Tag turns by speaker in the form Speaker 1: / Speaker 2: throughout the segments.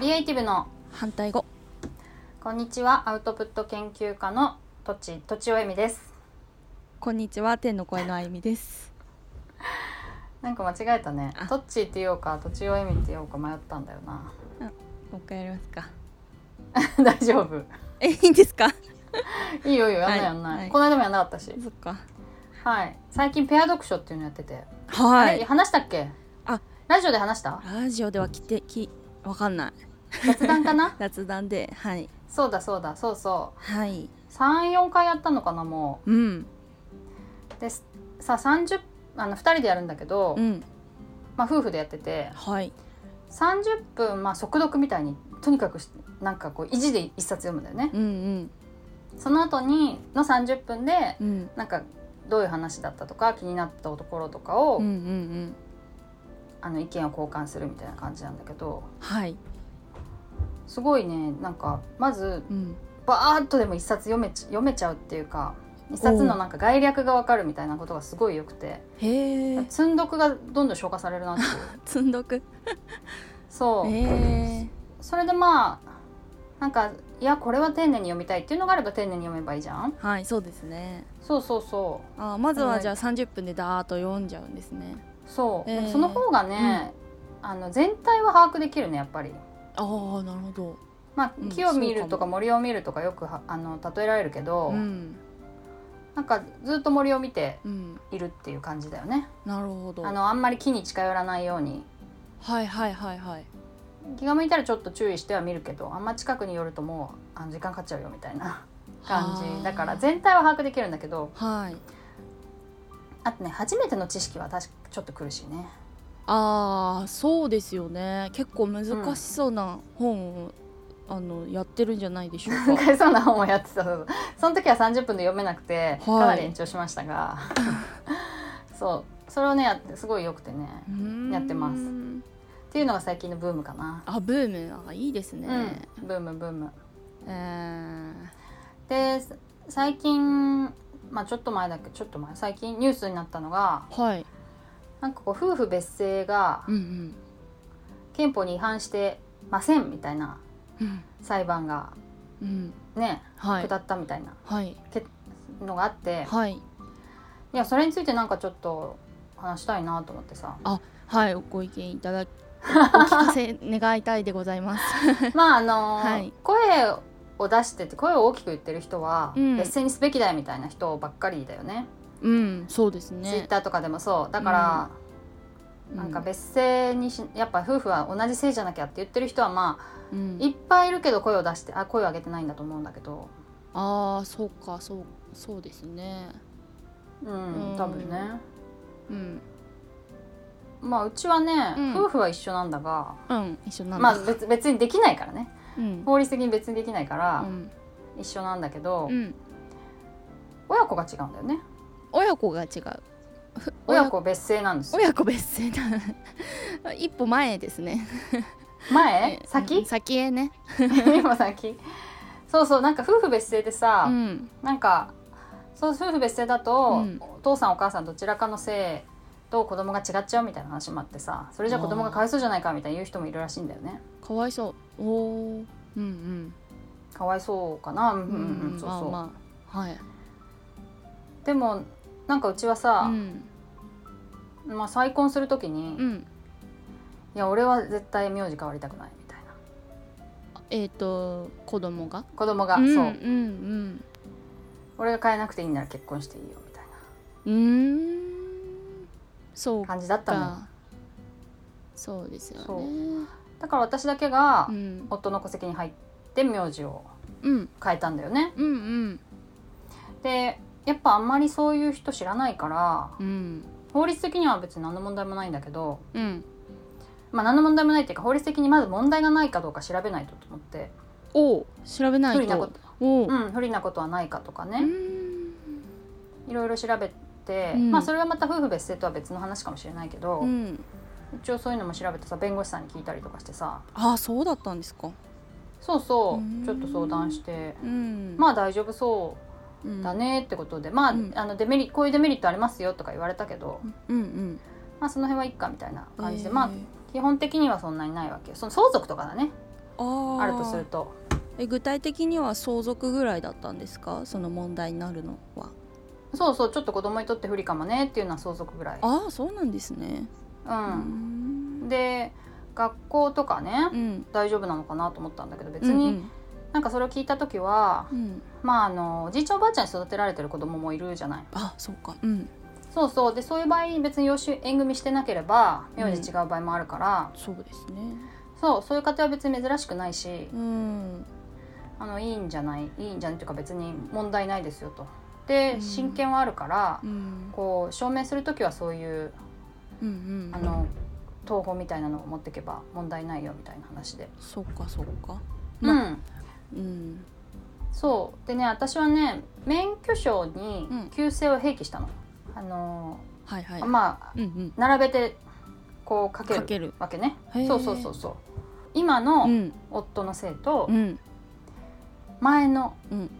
Speaker 1: リエイティブの
Speaker 2: 反対語
Speaker 1: こんにちはアウトプット研究家のとちとちおえみです
Speaker 2: こんにちは天の声のあゆみです
Speaker 1: なんか間違えたね
Speaker 2: あ
Speaker 1: とっちーって言おうかとちおえみって言おうか迷ったんだよな
Speaker 2: もう一回やりますか
Speaker 1: 大丈夫
Speaker 2: えいいんですか
Speaker 1: いいよいいよやんないやんない、
Speaker 2: はい
Speaker 1: この間もやんなかったし
Speaker 2: そっか
Speaker 1: はい最近ペア読書っていうのやってて、
Speaker 2: は
Speaker 1: あれ
Speaker 2: い
Speaker 1: 話したっけ
Speaker 2: あ
Speaker 1: ラジオで話した
Speaker 2: ラジオでは来てきわかんない
Speaker 1: 雑談か な
Speaker 2: 雑談ではい
Speaker 1: そうだそうだそうそう
Speaker 2: はい
Speaker 1: 34回やったのかなも
Speaker 2: うん
Speaker 1: うでさ30あの2人でやるんだけど、
Speaker 2: うん
Speaker 1: まあ、夫婦でやってて
Speaker 2: はい
Speaker 1: 30分、まあ、速読みたいにとにかくしなんかこう意地で一冊読むんだよね
Speaker 2: う、ん
Speaker 1: その後にの30分で
Speaker 2: うんうん
Speaker 1: なんかどういう話だったとか気になったところとか
Speaker 2: う
Speaker 1: を、
Speaker 2: んうんうん
Speaker 1: あの意見を交換するみたいな感じなんだけど
Speaker 2: はい
Speaker 1: すごいねなんかまず
Speaker 2: うん
Speaker 1: バーッとでも一冊読めち読めちゃうっていうか一冊のなんか概略がわかるみたいなことがすごいよくて
Speaker 2: へえ
Speaker 1: 積んどくがどんどん消化される なっていう
Speaker 2: 積んどく
Speaker 1: そう、
Speaker 2: へえ
Speaker 1: それでまあなんかいやこれは丁寧に読みたいっていうのがあれば丁寧に読めばいいじゃん
Speaker 2: はいそうですね
Speaker 1: そうそうそ
Speaker 2: あまず
Speaker 1: は
Speaker 2: はいじゃあ30分でだーっと読んじゃうんですね
Speaker 1: うそう、
Speaker 2: えー
Speaker 1: その方がね、あの全体は把握できるねやっぱり。
Speaker 2: ああなるほど
Speaker 1: まあ
Speaker 2: うん、
Speaker 1: 木を見る
Speaker 2: そ
Speaker 1: と
Speaker 2: うか
Speaker 1: か森を見るとかよくはあの例えられるけど、
Speaker 2: うん
Speaker 1: なんかずっと森を見て
Speaker 2: うん
Speaker 1: いるっていう感じだよね
Speaker 2: なるほど
Speaker 1: あのあんまり木に近寄らないように
Speaker 2: はいはいはいはい
Speaker 1: 気が向いたらちょっと注意しては見るけどあんま近くに寄るともうあの時間かかっちゃうよみたい な感
Speaker 2: は
Speaker 1: じ
Speaker 2: あ
Speaker 1: だから全体は把握できるんだけど
Speaker 2: はい
Speaker 1: あとね初めての知識は確かちょっと苦しいね
Speaker 2: あーそうですよね結構難しそうな本を、あのやってるんじゃないでしょうか
Speaker 1: 難し そうな本をやってたのその時は30分で読めなくてかなり延長しましたが、 そうそれをねやってすごい良くてね
Speaker 2: うーん
Speaker 1: やってますっていうのが最近のブームかな
Speaker 2: あブームあいいですね、
Speaker 1: うん、ブームブーム
Speaker 2: えー
Speaker 1: でさ最近まあちょっと前だけどちょっと前最近ニュースになったのが
Speaker 2: はい
Speaker 1: なんかこう夫婦別姓が
Speaker 2: うんうん
Speaker 1: 憲法に違反してませんみたいな
Speaker 2: うん
Speaker 1: 裁判が
Speaker 2: うん
Speaker 1: ね
Speaker 2: はい
Speaker 1: 下ったみたいな
Speaker 2: はい
Speaker 1: のがあって
Speaker 2: はい
Speaker 1: いやそれについてなんかちょっと話したいなと思ってさ
Speaker 2: はいご意見いただきお聞かせ願いたいでござい ます
Speaker 1: まああのー
Speaker 2: はい
Speaker 1: 声を出してて声を大きく言ってる人は
Speaker 2: うん
Speaker 1: 別姓にすべきだよみたいな人ばっかりだよね
Speaker 2: うんそうです
Speaker 1: ツイッ
Speaker 2: ね
Speaker 1: ターとかでもそうだから、
Speaker 2: う
Speaker 1: なんか別姓にしやっぱ夫婦は同じ姓じゃなきゃって言ってる人はまあ
Speaker 2: うん
Speaker 1: いっぱいいるけど声を出してあ声を上げてないんだと思うんだけど
Speaker 2: ああそうかそうそうですね
Speaker 1: うん、
Speaker 2: うん
Speaker 1: 多分ね
Speaker 2: うん
Speaker 1: まあうちはね、
Speaker 2: うん
Speaker 1: 夫婦は一緒なんだが
Speaker 2: うん一緒なんだ、
Speaker 1: まあ別別にできないからね
Speaker 2: うん
Speaker 1: 法律的に別にできないか
Speaker 2: う
Speaker 1: ら
Speaker 2: ん
Speaker 1: 一緒なんだけど、
Speaker 2: うん
Speaker 1: 親子が違うんだよね
Speaker 2: 親子が違うふ
Speaker 1: 親子別姓なんですよ
Speaker 2: 親子別姓だ 一歩前ですね
Speaker 1: 前
Speaker 2: う
Speaker 1: 先
Speaker 2: ん先へね
Speaker 1: 今先そうそうなんか夫婦別姓でさ、
Speaker 2: うん
Speaker 1: なんかそう夫婦別姓だと、
Speaker 2: うん
Speaker 1: お父さんお母さんどちらかの性と子供が違っちゃうみたいな話もあってさそれじゃ子供がかわいそうじゃないかみたいな言う人もいるらしいんだよね
Speaker 2: かわいそうおーうん
Speaker 1: かわいそうかなうんう
Speaker 2: うんん
Speaker 1: うん、そうそ
Speaker 2: まあ
Speaker 1: う、
Speaker 2: まあはい
Speaker 1: でもなんかうちはさ
Speaker 2: う、ん
Speaker 1: まあ、再婚する時に、
Speaker 2: う
Speaker 1: い
Speaker 2: ん
Speaker 1: や俺は絶対名字変わりたくないみたいな
Speaker 2: えっ、と子供が
Speaker 1: 子供が、
Speaker 2: うん
Speaker 1: そううん俺が変えなくていいなら結婚していいよみたい
Speaker 2: うんうーんそう
Speaker 1: な
Speaker 2: か
Speaker 1: 感じだったのよ
Speaker 2: そうですよ
Speaker 1: そう
Speaker 2: ね
Speaker 1: だから私だけが、
Speaker 2: うん
Speaker 1: 夫の戸籍に入って名字を
Speaker 2: うん
Speaker 1: 変えたんだよね
Speaker 2: うんうん
Speaker 1: でやっぱあんまりそういう人知らないから
Speaker 2: うん
Speaker 1: 法律的には別に何の問題もないんだけど、
Speaker 2: うん
Speaker 1: まあ、何の問題もないっていうか法律的にまず問題がないかどうか調べないとと思って
Speaker 2: おう調べない
Speaker 1: 不
Speaker 2: と
Speaker 1: 利なこと、
Speaker 2: おう
Speaker 1: うん、不利なことはないかとか
Speaker 2: う
Speaker 1: ね、
Speaker 2: ん
Speaker 1: いろいろ調べて、
Speaker 2: うん
Speaker 1: まあそれはまた夫婦別姓とは別の話かもしれないけど、
Speaker 2: うん
Speaker 1: 一応そういうのも調べてさ弁護士さんに聞いたりとかしてさ
Speaker 2: ああそうだったんですか
Speaker 1: そうそう
Speaker 2: うん
Speaker 1: ちょっと相談して、
Speaker 2: うん
Speaker 1: まあ大丈夫そうだ
Speaker 2: だ
Speaker 1: ねってことで、まあ,、
Speaker 2: うん
Speaker 1: あのデメリこういうデメリットありますよとか言われたけど、
Speaker 2: うんうん
Speaker 1: まあその辺はいっかみたいな感じで、
Speaker 2: えー
Speaker 1: まあ基本的にはそんなにないわけよその相続とかだね
Speaker 2: あ
Speaker 1: あるとすると
Speaker 2: え具体的には相続ぐらいだったんですかその問題になるのは
Speaker 1: そうそうちょっと子供にとって不利かもねっていうのは相続ぐらい。
Speaker 2: ああそうなんですね
Speaker 1: う、
Speaker 2: うんん
Speaker 1: で学校とかね、
Speaker 2: うん
Speaker 1: 大丈夫なのかなと思ったんだけど別に、なんかそれを聞いた時は
Speaker 2: うん、うん、
Speaker 1: まああのおじいちゃんおばあちゃんに育てられてる子供もいるじゃない。
Speaker 2: あそうかうん
Speaker 1: そうそうでそういう場合別に養子縁組してなければ名字違う場合もあるから、
Speaker 2: そうですね
Speaker 1: そうそういう家庭は別に珍しくないし、
Speaker 2: うん
Speaker 1: あのいいんじゃないいいんじゃないというか別に問題ないですよと。で
Speaker 2: うん
Speaker 1: 親権はあるから、
Speaker 2: うん
Speaker 1: こう証明する時はそういう
Speaker 2: うんうん
Speaker 1: あの当法みたいなのを持ってけば問題ないよみたいな話で。
Speaker 2: そうかそうか
Speaker 1: う
Speaker 2: ま
Speaker 1: ん
Speaker 2: うん
Speaker 1: そうでね私はね免許証に
Speaker 2: うん
Speaker 1: 旧姓を併記したの。あの
Speaker 2: はいはい
Speaker 1: まあ
Speaker 2: うんうん
Speaker 1: 並べてこうかけ
Speaker 2: か
Speaker 1: る
Speaker 2: ける
Speaker 1: わけね。
Speaker 2: へー
Speaker 1: そうそうそうそう。今
Speaker 2: う
Speaker 1: の
Speaker 2: ん
Speaker 1: 夫の姓と
Speaker 2: うん
Speaker 1: 前の、
Speaker 2: うん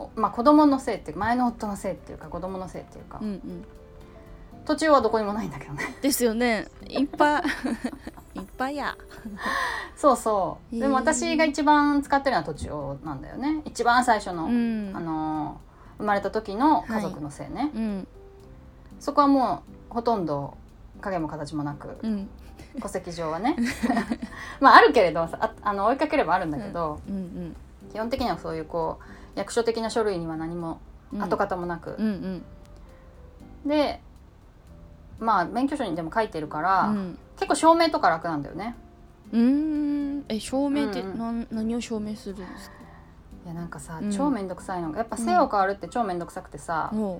Speaker 1: おまあ子供の姓っていう前の夫の姓っていうか子供の姓っていうか、
Speaker 2: うんうん
Speaker 1: 途中はどこにもないんだけどね。
Speaker 2: ですよねいっぱい いっぱいや
Speaker 1: そうそう。でも
Speaker 2: へー
Speaker 1: 私が一番使ってるのは途中なんだよね。一番最初の、
Speaker 2: うん
Speaker 1: あの生まれた時の家族の姓ね。
Speaker 2: うん
Speaker 1: そこはもうほとんど影も形もなく
Speaker 2: うん
Speaker 1: 戸籍上 はね まああるけれどああの追いかければあるんだけど、
Speaker 2: うんうん
Speaker 1: 基本的にはそういうこう役所的な書類には何も
Speaker 2: うん
Speaker 1: 跡形もなく
Speaker 2: う、んうん
Speaker 1: でまあ免許証にでも書いてるか
Speaker 2: う
Speaker 1: ら、
Speaker 2: ん
Speaker 1: 結構証明とか楽なんだよね。
Speaker 2: うーんえ証明って
Speaker 1: うんうん
Speaker 2: なん何を証明するんですか
Speaker 1: いやなんかさ、
Speaker 2: うん
Speaker 1: 超面倒くさいのがやっぱ
Speaker 2: うん
Speaker 1: 姓を変わるって超面倒くさくてさ、
Speaker 2: お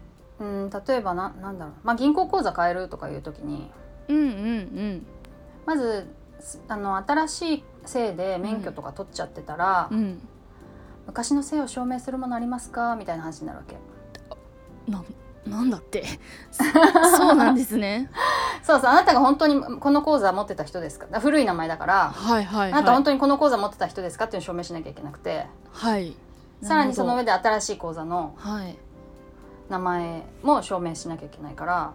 Speaker 1: う
Speaker 2: う
Speaker 1: ん、例えばななんだろう、まあ、銀行口座変えるとかいう時に
Speaker 2: うんうん
Speaker 1: まずすあの新しい姓で免許とか取っちゃってたら、
Speaker 2: うんうん
Speaker 1: 昔の姓を証明するものありますかみたいな話になるわけ
Speaker 2: なんなんだって そうなんですね
Speaker 1: そうそうあなたが本当にこの口座持ってた人ですかだ古い名前だから
Speaker 2: はいはい
Speaker 1: あ
Speaker 2: はい
Speaker 1: なた本当にこの口座持ってた人ですかっていうのを証明しなきゃいけなくて
Speaker 2: はい
Speaker 1: さらにその
Speaker 2: なる
Speaker 1: 上で新しい口座の
Speaker 2: ほどはい
Speaker 1: 名前も証明しなきゃいけないから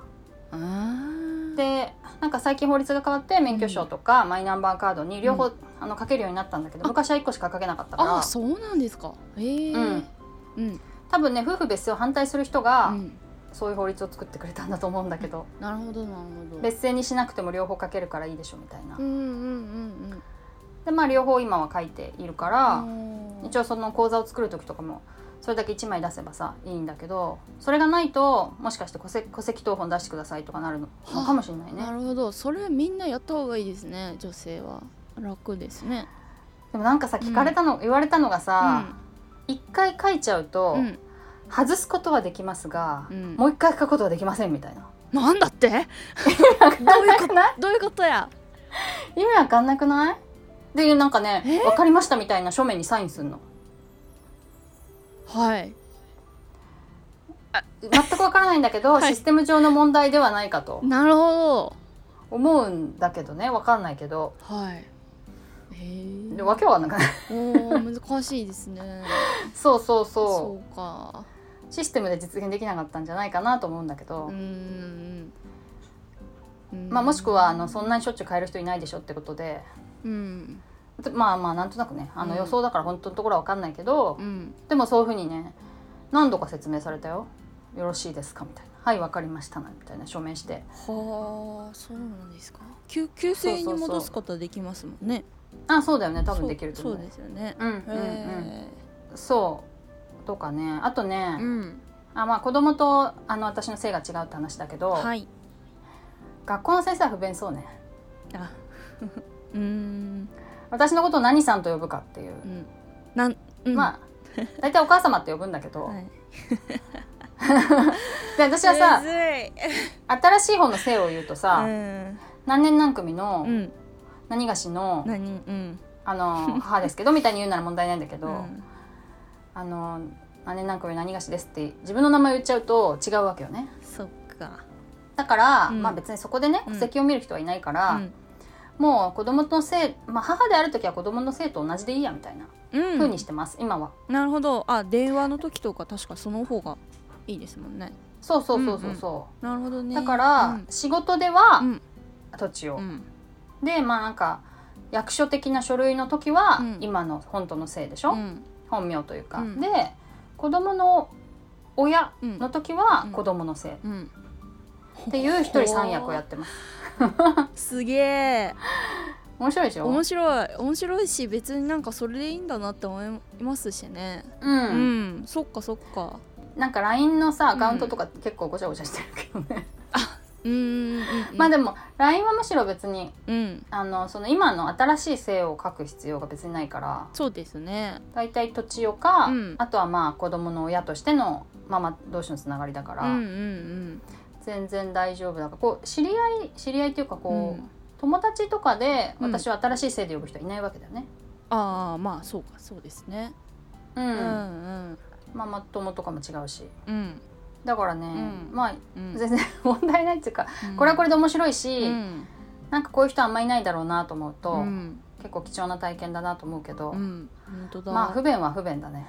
Speaker 2: あー
Speaker 1: でなんか最近法律が変わって免許証とかマイナンバーカードに両方、あの書けるようになったんだけど
Speaker 2: あ
Speaker 1: 昔は1個しか書けなかったか
Speaker 2: あ
Speaker 1: ら
Speaker 2: そうなんですかええ
Speaker 1: うん
Speaker 2: うん
Speaker 1: 多分ね夫婦別姓を反対する人が、
Speaker 2: うん
Speaker 1: そういう法律を作ってくれたんだと思うんだけど
Speaker 2: なるほどなるほど
Speaker 1: 別姓にしなくても両方書けるからいいでしょみたいな
Speaker 2: うんうんうんうん
Speaker 1: でまあ両方今は書いているから、
Speaker 2: ー
Speaker 1: 一応その講座を作る時とかもそれだけ1枚出せばさいいんだけどそれがないともしかして戸籍戸籍謄本出してくださいとかなるの
Speaker 2: はあ
Speaker 1: かもしれない
Speaker 2: な
Speaker 1: ね
Speaker 2: るほどそれみんなやった方がいいですね女性は楽ですね
Speaker 1: でもなんかさ聞かれたの、言われたのがさ、一回書いちゃうと、
Speaker 2: うんうん
Speaker 1: 外すことはできますが、
Speaker 2: うん
Speaker 1: もう一回書くことはできませんみたいな
Speaker 2: なんだって
Speaker 1: わかんなくない
Speaker 2: どういうことや
Speaker 1: 意味わかんなくないでなんか
Speaker 2: え
Speaker 1: ね「わかりました」みたいな書面にサインするの
Speaker 2: はい
Speaker 1: 全くわからないんだけど、
Speaker 2: はい
Speaker 1: システム上の問題ではないかと
Speaker 2: なるほ
Speaker 1: 思うんだけどねわかんないけど
Speaker 2: どはいへえ
Speaker 1: でわけわかんなくない
Speaker 2: おー難しいですね
Speaker 1: そうそう
Speaker 2: そ
Speaker 1: そう
Speaker 2: か
Speaker 1: うシステムで実現できなかったんじゃないかなと思うんだけ
Speaker 2: う
Speaker 1: ど、
Speaker 2: んうん
Speaker 1: まあ、もしくはあのそんなにしょっちゅう変える人いないでしょってことで
Speaker 2: うん
Speaker 1: まあまあなんとなくねあ
Speaker 2: う
Speaker 1: の
Speaker 2: ん
Speaker 1: 予想だから本当のところはわかんないけど、
Speaker 2: うん
Speaker 1: でもそういうふうにね何度か説明されたよ「よろしいですか」みたいな「はいわかりましたな」みたいな署名して
Speaker 2: はあそうなんですか旧旧姓に戻すことはできますもんね
Speaker 1: 「あそうだよね多分できると思う」
Speaker 2: そうそうですよね
Speaker 1: うんうんうん
Speaker 2: へ
Speaker 1: そうとかねあとね
Speaker 2: え、うん
Speaker 1: あまあ子供とあの私の性が違うって話だけど、
Speaker 2: はい
Speaker 1: 学校の先生は不便そうね
Speaker 2: あ うーん
Speaker 1: 私のことを何さんと呼ぶかっていう
Speaker 2: う、んなん、うん、
Speaker 1: まあ大体お母様って呼ぶんだけど、
Speaker 2: はい、
Speaker 1: で私はさ
Speaker 2: むずい
Speaker 1: 新しい方の姓を言うとさ、
Speaker 2: うん
Speaker 1: 何年何組の
Speaker 2: うん
Speaker 1: 何がしの,、
Speaker 2: 何うん
Speaker 1: あの母ですけどみたいに言うなら問題ないんだけど、
Speaker 2: うん
Speaker 1: あの何年何組の何がしですって自分の名前言っちゃうと違うわけよね。
Speaker 2: そっか
Speaker 1: だから、
Speaker 2: うん
Speaker 1: まあ別にそこでね
Speaker 2: うん
Speaker 1: 戸籍を見る人はいないから、
Speaker 2: うん
Speaker 1: もう子供の姓、まあ、母である時は子供の姓と同じでいいやみたいな
Speaker 2: うん
Speaker 1: 風にしてます、今は。
Speaker 2: なるほどあ電話の時とか確かその方がいいですもんね
Speaker 1: そうそうそうそうそう。
Speaker 2: なるほどね
Speaker 1: だから、
Speaker 2: うん
Speaker 1: 仕事では
Speaker 2: うん
Speaker 1: 土地を、
Speaker 2: うん
Speaker 1: でまあなんか役所的な書類の時は、
Speaker 2: うん
Speaker 1: 今の本当の姓でしょ、
Speaker 2: うん
Speaker 1: 本名というか、
Speaker 2: うん
Speaker 1: で子供の親
Speaker 2: うん
Speaker 1: の時は
Speaker 2: うん
Speaker 1: 子供の姓、
Speaker 2: うん
Speaker 1: っていう一人三役をやってます
Speaker 2: すげえ
Speaker 1: 面白いでしょ
Speaker 2: 面白い面白いし別になんかそれでいいんだなって思いますしね
Speaker 1: うん
Speaker 2: うん、そっかそっか
Speaker 1: なんか LINE のさアカウントとか結構ごちゃごちゃしてるけどね、
Speaker 2: うんうんうん
Speaker 1: まあでも LINE はむしろ別に
Speaker 2: うん
Speaker 1: あのその今の新しい姓を書く必要が別にないから
Speaker 2: そうですね
Speaker 1: 大体土地をか、
Speaker 2: うん
Speaker 1: あとはまあ子供の親としてのママ同士のつながりだから、
Speaker 2: うんうん
Speaker 1: 全然大丈夫だからこう知り合い知り合いっていうか
Speaker 2: うん
Speaker 1: こう、友達とかで
Speaker 2: うん
Speaker 1: 私は新しい姓で呼ぶ人いないわけだよね。
Speaker 2: ああまあそうかそうですね
Speaker 1: うん
Speaker 2: うんうん
Speaker 1: ママ友とかも違うし
Speaker 2: うん
Speaker 1: だからね、
Speaker 2: ん
Speaker 1: まあ
Speaker 2: うん
Speaker 1: 全然問題ないっていうかこれはこれで面白いし、
Speaker 2: うん
Speaker 1: なんかこういう人あんまいないだろうなと思うと、
Speaker 2: うん
Speaker 1: 結構貴重な体験だなと思うけど、
Speaker 2: うん本当だ
Speaker 1: まあ不便は不便だね。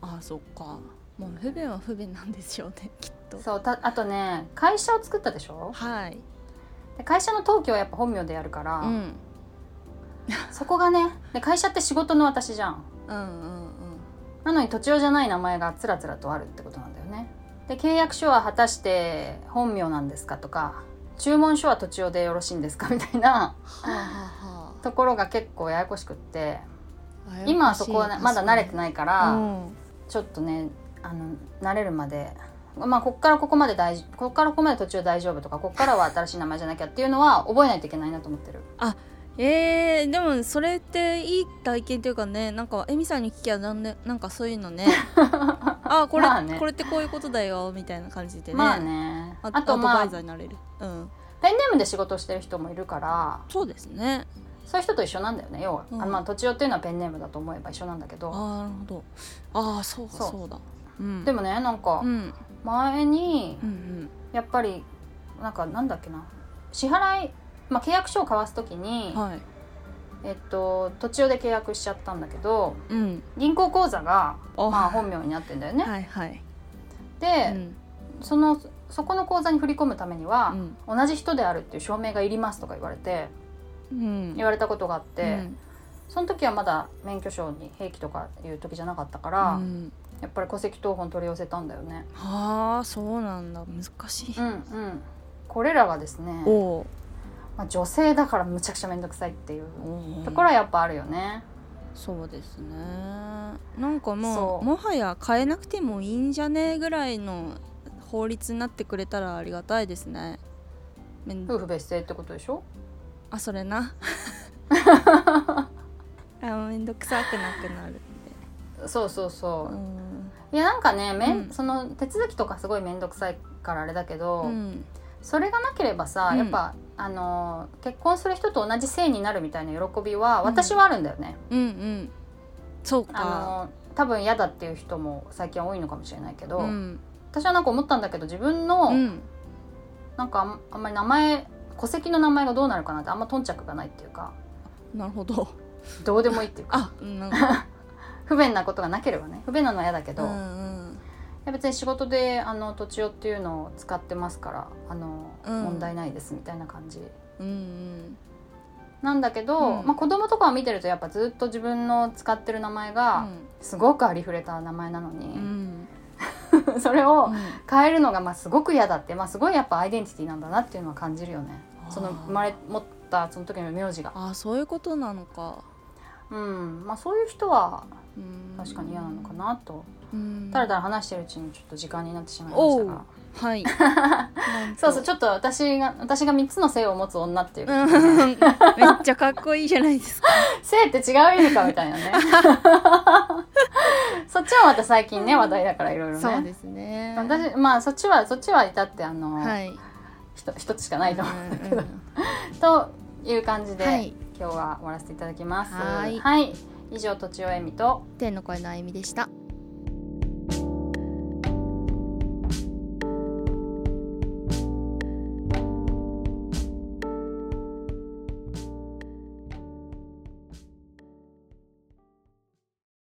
Speaker 2: ああそっかもう不便は不便なんですよねきっと
Speaker 1: そうたあとね会社を作ったでしょ
Speaker 2: はい
Speaker 1: で会社の登記はやっぱ本名でやるから、
Speaker 2: うん
Speaker 1: そこがねで会社って仕事の私じゃん
Speaker 2: うんうんうん
Speaker 1: なのに土地じゃない名前がつらつらとあるってことなんだよねで契約書は果たして本名なんですかとか注文書は土地でよろしいんですかみたいな
Speaker 2: はあは
Speaker 1: ところが結構ややこしくって
Speaker 2: あはあ
Speaker 1: 今はそこはまだ慣れて
Speaker 2: ない
Speaker 1: ないか、
Speaker 2: からうん
Speaker 1: ちょっとねあの慣れるまでまあこっからここまで大事こっからここまで途中大丈夫とかこっからは新しい名前じゃなきゃっていうのは覚えないといけないなと思ってる
Speaker 2: えー、でもそれっていい体験というかねなんかエミさんに聞きゃなんでなんかそういうのねあーこれ、
Speaker 1: まあね
Speaker 2: これってこういうことだよみたいな感じでね,、
Speaker 1: まあね
Speaker 2: あ
Speaker 1: あとまあ
Speaker 2: アドバイザーになれる、うん、
Speaker 1: ペンネームで仕事してる人もいるから
Speaker 2: そうですね
Speaker 1: そういう人と一緒なんだよね要は、
Speaker 2: うん
Speaker 1: あのまあ土地っていうのはペンネームだと思えば一緒なんだけ
Speaker 2: あ
Speaker 1: ど
Speaker 2: ーなるほどああそうか
Speaker 1: そ
Speaker 2: そううだうん
Speaker 1: でもねなんか
Speaker 2: うん
Speaker 1: 前に
Speaker 2: うんうん
Speaker 1: やっぱりなんかなんだっけな支払い、まあ、契約書を交わす時に、
Speaker 2: はい
Speaker 1: えっと、土地で契約しちゃったんだけど
Speaker 2: うん
Speaker 1: 銀行口座が
Speaker 2: あ
Speaker 1: まあ本名になってんだよね。
Speaker 2: はいはい
Speaker 1: で、
Speaker 2: うん
Speaker 1: そのそこの口座に振り込むためには、
Speaker 2: うん
Speaker 1: 同じ人であるっていう証明がいりますとか言われて
Speaker 2: うん
Speaker 1: 言われたことがあって、
Speaker 2: うん
Speaker 1: その時はまだ免許証に兵器とかいう時じゃなかったから、
Speaker 2: うん
Speaker 1: やっぱり戸籍謄本取り寄せたんだよね。
Speaker 2: はあそうなんだ難しい、
Speaker 1: うんうん、これらがですね、
Speaker 2: お
Speaker 1: まあ、女性だからむちゃくちゃ面倒くさいっていう
Speaker 2: お
Speaker 1: ところはやっぱあるよね。
Speaker 2: そうですねなんかも
Speaker 1: そうう
Speaker 2: もはや変えなくてもいいんじゃねえぐらいの法律になってくれたらありがたいですねめん
Speaker 1: 夫婦別姓ってことでしょ
Speaker 2: あそ れなあめんどくさくなくなるって
Speaker 1: そうそうそうう。
Speaker 2: ん
Speaker 1: いやなんかね、めん
Speaker 2: うん
Speaker 1: その手続きとかすごい面倒くさいからあれだけど、
Speaker 2: うん
Speaker 1: それがなければさ、
Speaker 2: うん
Speaker 1: やっぱあのー結婚する人と同じ性になるみたいな喜びは
Speaker 2: うん
Speaker 1: 私はあるんだよね。
Speaker 2: うんうんそうか
Speaker 1: あのー多分嫌だっていう人も最近は多いのかもしれないけど、
Speaker 2: うん
Speaker 1: 私はなんか思ったんだけど自分の、
Speaker 2: うん
Speaker 1: なんかあんあんまり名前戸籍の名前がどうなるかなってあんま頓着がないっていうか
Speaker 2: なるほど
Speaker 1: どうでもいいっていうか
Speaker 2: あなんか
Speaker 1: 不便なことがなければね不便なのは嫌だけ
Speaker 2: う
Speaker 1: ど、い
Speaker 2: んうん
Speaker 1: や別に仕事であの土地をっていうのを使ってますからあの、
Speaker 2: うん
Speaker 1: 問題ないですみたいな感じ
Speaker 2: うんうん
Speaker 1: なんだけど、
Speaker 2: うん
Speaker 1: まあ、子供とかを見てるとやっぱずっと自分の使ってる名前がすごくありふれた名前なの
Speaker 2: うんう
Speaker 1: に、
Speaker 2: ん
Speaker 1: それ
Speaker 2: う
Speaker 1: を
Speaker 2: ん
Speaker 1: 変えるのがまあすごく嫌だって、まあ、すごいやっぱアイデンティティなんだなっていうのは感じるよねその生まれ持ったその時の名字が。
Speaker 2: あーそういうことなのか
Speaker 1: うんまあ、そういう人は
Speaker 2: うん
Speaker 1: 確かに嫌なのかなと、
Speaker 2: うん
Speaker 1: ただただ話してるうちにちょっと時間になってしまいました
Speaker 2: お
Speaker 1: が
Speaker 2: うはい
Speaker 1: そうそうち
Speaker 2: ょ
Speaker 1: ょ
Speaker 2: っ
Speaker 1: っと私が私が3つの性を持つ女っていうか、
Speaker 2: めっちゃかっこいいじゃないですか
Speaker 1: 性って違う意味かみたいな ねそっちはまた最近ね話題だからいろいろ
Speaker 2: そう
Speaker 1: ね
Speaker 2: ですね
Speaker 1: 私まあそっちはそっちは至ってあの、
Speaker 2: はい
Speaker 1: ひと一つしかないと思う
Speaker 2: うんうん
Speaker 1: という感じで、
Speaker 2: はい
Speaker 1: 今日は終わらせていただきます
Speaker 2: はい
Speaker 1: 以上とちおえみと
Speaker 2: 天の声のあゆみでした